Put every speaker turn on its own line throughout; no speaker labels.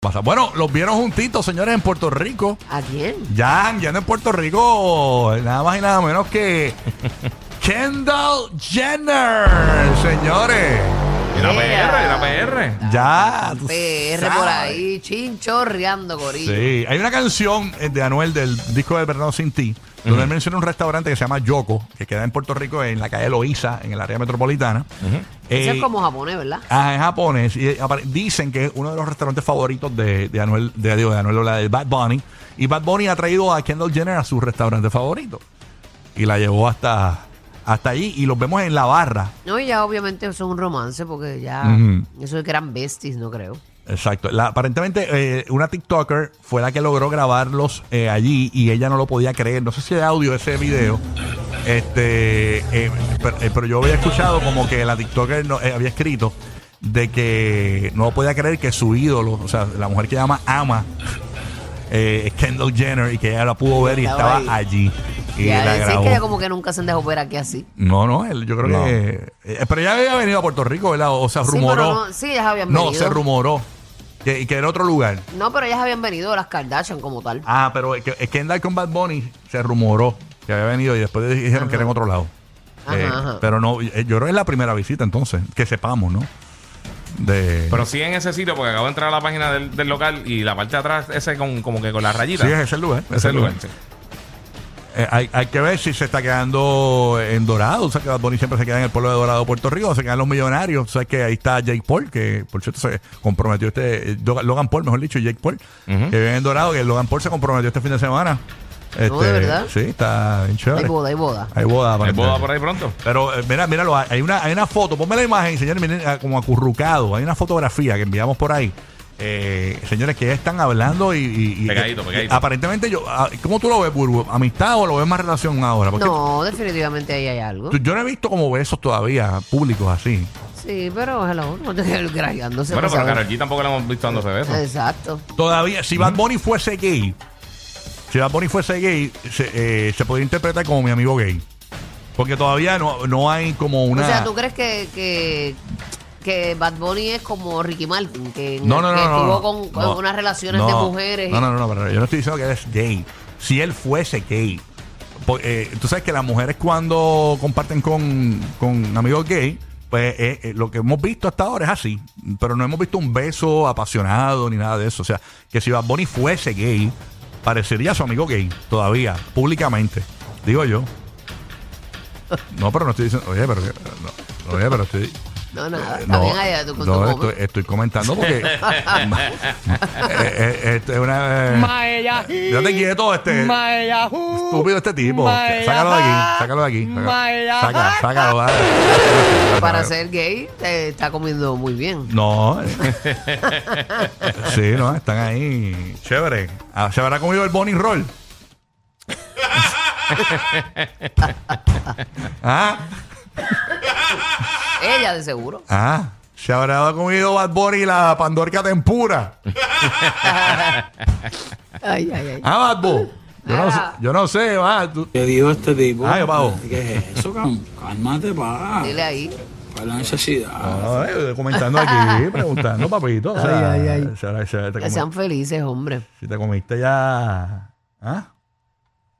Basta. Bueno, los vieron juntitos, señores, en Puerto Rico.
¿A quién?
Ya guiando en Puerto Rico, nada más y nada menos que Kendall Jenner, señores.
Era PR, era PR.
Ya, tú
PR
sabes.
por ahí, chinchorreando, gorillo.
Sí, hay una canción eh, de Anuel del disco del Verano Sin Ti, donde él menciona un restaurante que se llama Yoko, que queda en Puerto Rico, en la calle Loíza, en el área metropolitana.
Eso
Eh,
es como japonés, ¿verdad?
Ajá, en japonés. Y eh, apare- dicen que es uno de los restaurantes favoritos de, de Anuel, de, digo, de Anuel, o la de Bad Bunny. Y Bad Bunny ha traído a Kendall Jenner a su restaurante favorito. Y la llevó hasta, hasta allí. Y los vemos en la barra.
No, y ya obviamente eso es un romance porque ya
Ujú.
eso es que eran besties, no creo.
Exacto. La- aparentemente, eh, una TikToker fue la que logró grabarlos eh, allí y ella no lo podía creer. No sé si de audio ese video. Este, eh, pero, eh, pero yo había escuchado como que la TikToker no- eh, había escrito de que no podía creer que su ídolo, o sea, la mujer que llama Ama, eh, es Kendall Jenner y que ella la pudo ver y
Estaba
estaba
ahí.
allí. Y
ya
la
decir
grabó.
que ella como que nunca se han dejado ver aquí así.
No, no, él- yo creo
No.
que. eh, pero ella había venido a Puerto Rico, ¿verdad? O sea,
Sí, pero
rumoró.
no- sí, ellas habían
No,
venido.
se rumoró. Que, y que era otro lugar.
No, pero ellas habían venido las Kardashian como tal.
Ah, pero es que, es que andar con Bad Bunny se rumoró que había venido y después dijeron que era en otro lado.
Ajá,
Eh,
ajá.
Pero no, eh, yo creo que es la primera visita entonces, que sepamos, ¿no? De,
Pero sí en ese sitio, porque acabo de entrar a la página del, del local y la parte de atrás, ese con, como que con la rayita.
sí, es ese el lugar.
ese lugar. sí.
Eh, hay, hay que ver si se está quedando en Dorado. O sea, que Bad Bunny siempre se queda en el pueblo de Dorado, Puerto Rico. Se quedan los millonarios. O sea, que ahí está Jake Paul, que por cierto se comprometió este. eh, Doga- Logan Paul, mejor dicho, y Jake Paul, que vive en Dorado. Que Logan Paul se comprometió este fin de semana.
No, ¿de verdad?
Sí, está bien chévere.
Hay boda, hay boda.
Hay boda,
¿Hay
aparentemente.
boda Pues por ahí pronto?
Pero eh, mira, míralo, hay- hay una, hay una foto, ponme la imagen, señores, miren ah, como acurrucado, hay una fotografía que enviamos por ahí. Eh, señores, que ya están hablando y, y- y-
Pegadito, pegadito.
aparentemente yo, ah, ¿cómo tú lo ves, Burbu? ¿Amistad o lo ves más relación ahora? Porque
No, definitivamente ahí hay algo.
tú- yo no he visto como besos todavía públicos así.
Sí, pero hello, no te quedes grajeándose.
Bueno,
para
pero
saber.
Karol G tampoco la hemos visto dándose besos.
Exacto.
Todavía, si Bad Bunny fuese gay, si Bad Bunny fuese gay, se, eh, se podría interpretar como mi amigo gay. Porque todavía no, no hay como una.
O sea, ¿tú crees que, que, que Bad Bunny es como Ricky Martin? Que,
No, no, no.
que
no,
estuvo
no.
con, con
No.
unas relaciones
No.
de mujeres.
No, no, no, no, pero yo no estoy diciendo que él es gay. Si él fuese gay. por- eh, tú sabes que las mujeres cuando comparten con, con amigos gay, pues eh, eh, lo que hemos visto hasta ahora es así. Pero no hemos visto un beso apasionado ni nada de eso. O sea, que si Bad Bunny fuese gay, parecería a su amigo gay todavía, públicamente. Digo yo. No, pero no estoy diciendo. Oye, pero. no, oye, pero estoy.
No, nada,
Eh,
está bien allá, tú con tu
no,
come.
estoy, estoy comentando porque Eh, eh, esto es una
Maya.
yo te quieto este
Maya.
estúpido este tipo
Maya.
sácalo de aquí sácalo de aquí
Maya.
saca, saca, sácalo dale.
Para ser gay, te está comiendo muy bien.
no sí no están ahí chévere Ah, se habrá comido el Bonnie Roll ah
Ella, de seguro.
ah se habrá comido Bad Bunny la pandorca tempura
Ay, ay, ay.
Ah, Babbo. Yo, no, sé- yo no sé, va. tú-
¿Qué dijo este tipo?
Ay, pavo.
¿Qué es eso, cabrón? Cálmate, pa.
Dile ahí.
¿Cuál es la necesidad?
No, eh, comentando aquí, preguntando, papito. o sea, se- se- se- te
Que
comi-
sean felices, hombre.
si te comiste ya. ¿Ah?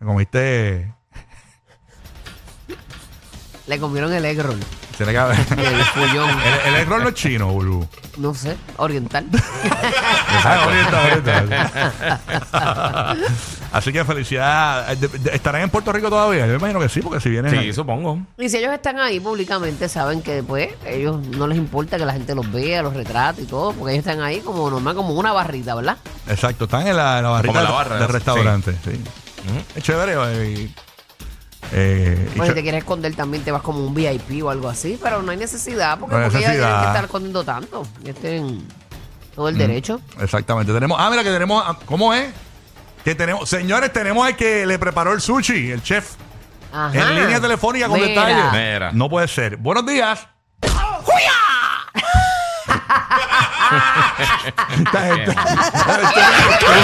Te comiste.
Le comieron el egg roll.
Tiene que haber.
El follón.
El, el error no es chino, boludo.
No sé, oriental.
Ah, ahorita, ahorita. Así que felicidad. De- de- ¿Estarán en Puerto Rico todavía? Yo me imagino que sí, porque si vienen.
Sí, supongo.
y si ellos están ahí públicamente, saben que después ellos no les importa que la gente los vea, los retrate y todo, porque ellos están ahí como normal, como una barrita, ¿verdad?
Exacto, están en la, la
Como
barrita
la barra,
del
¿no?
restaurante. Sí. Es chévere. eh, y- eh, y
Pues si
ch-
te quieres esconder también te vas como un VIP o algo así, pero no hay necesidad, porque
No hay
porque ellas
necesidad.
tienen que estar escondiendo tanto. Ya Estén Todo el derecho.
Exactamente. Tenemos, ah, mira que tenemos, ah, ¿cómo es? Que tenemos, señores, tenemos al que le preparó el sushi, el chef,
Ajá.
en línea telefónica con
Mira.
detalles.
Mira.
No puede ser. Buenos días. Esta gente-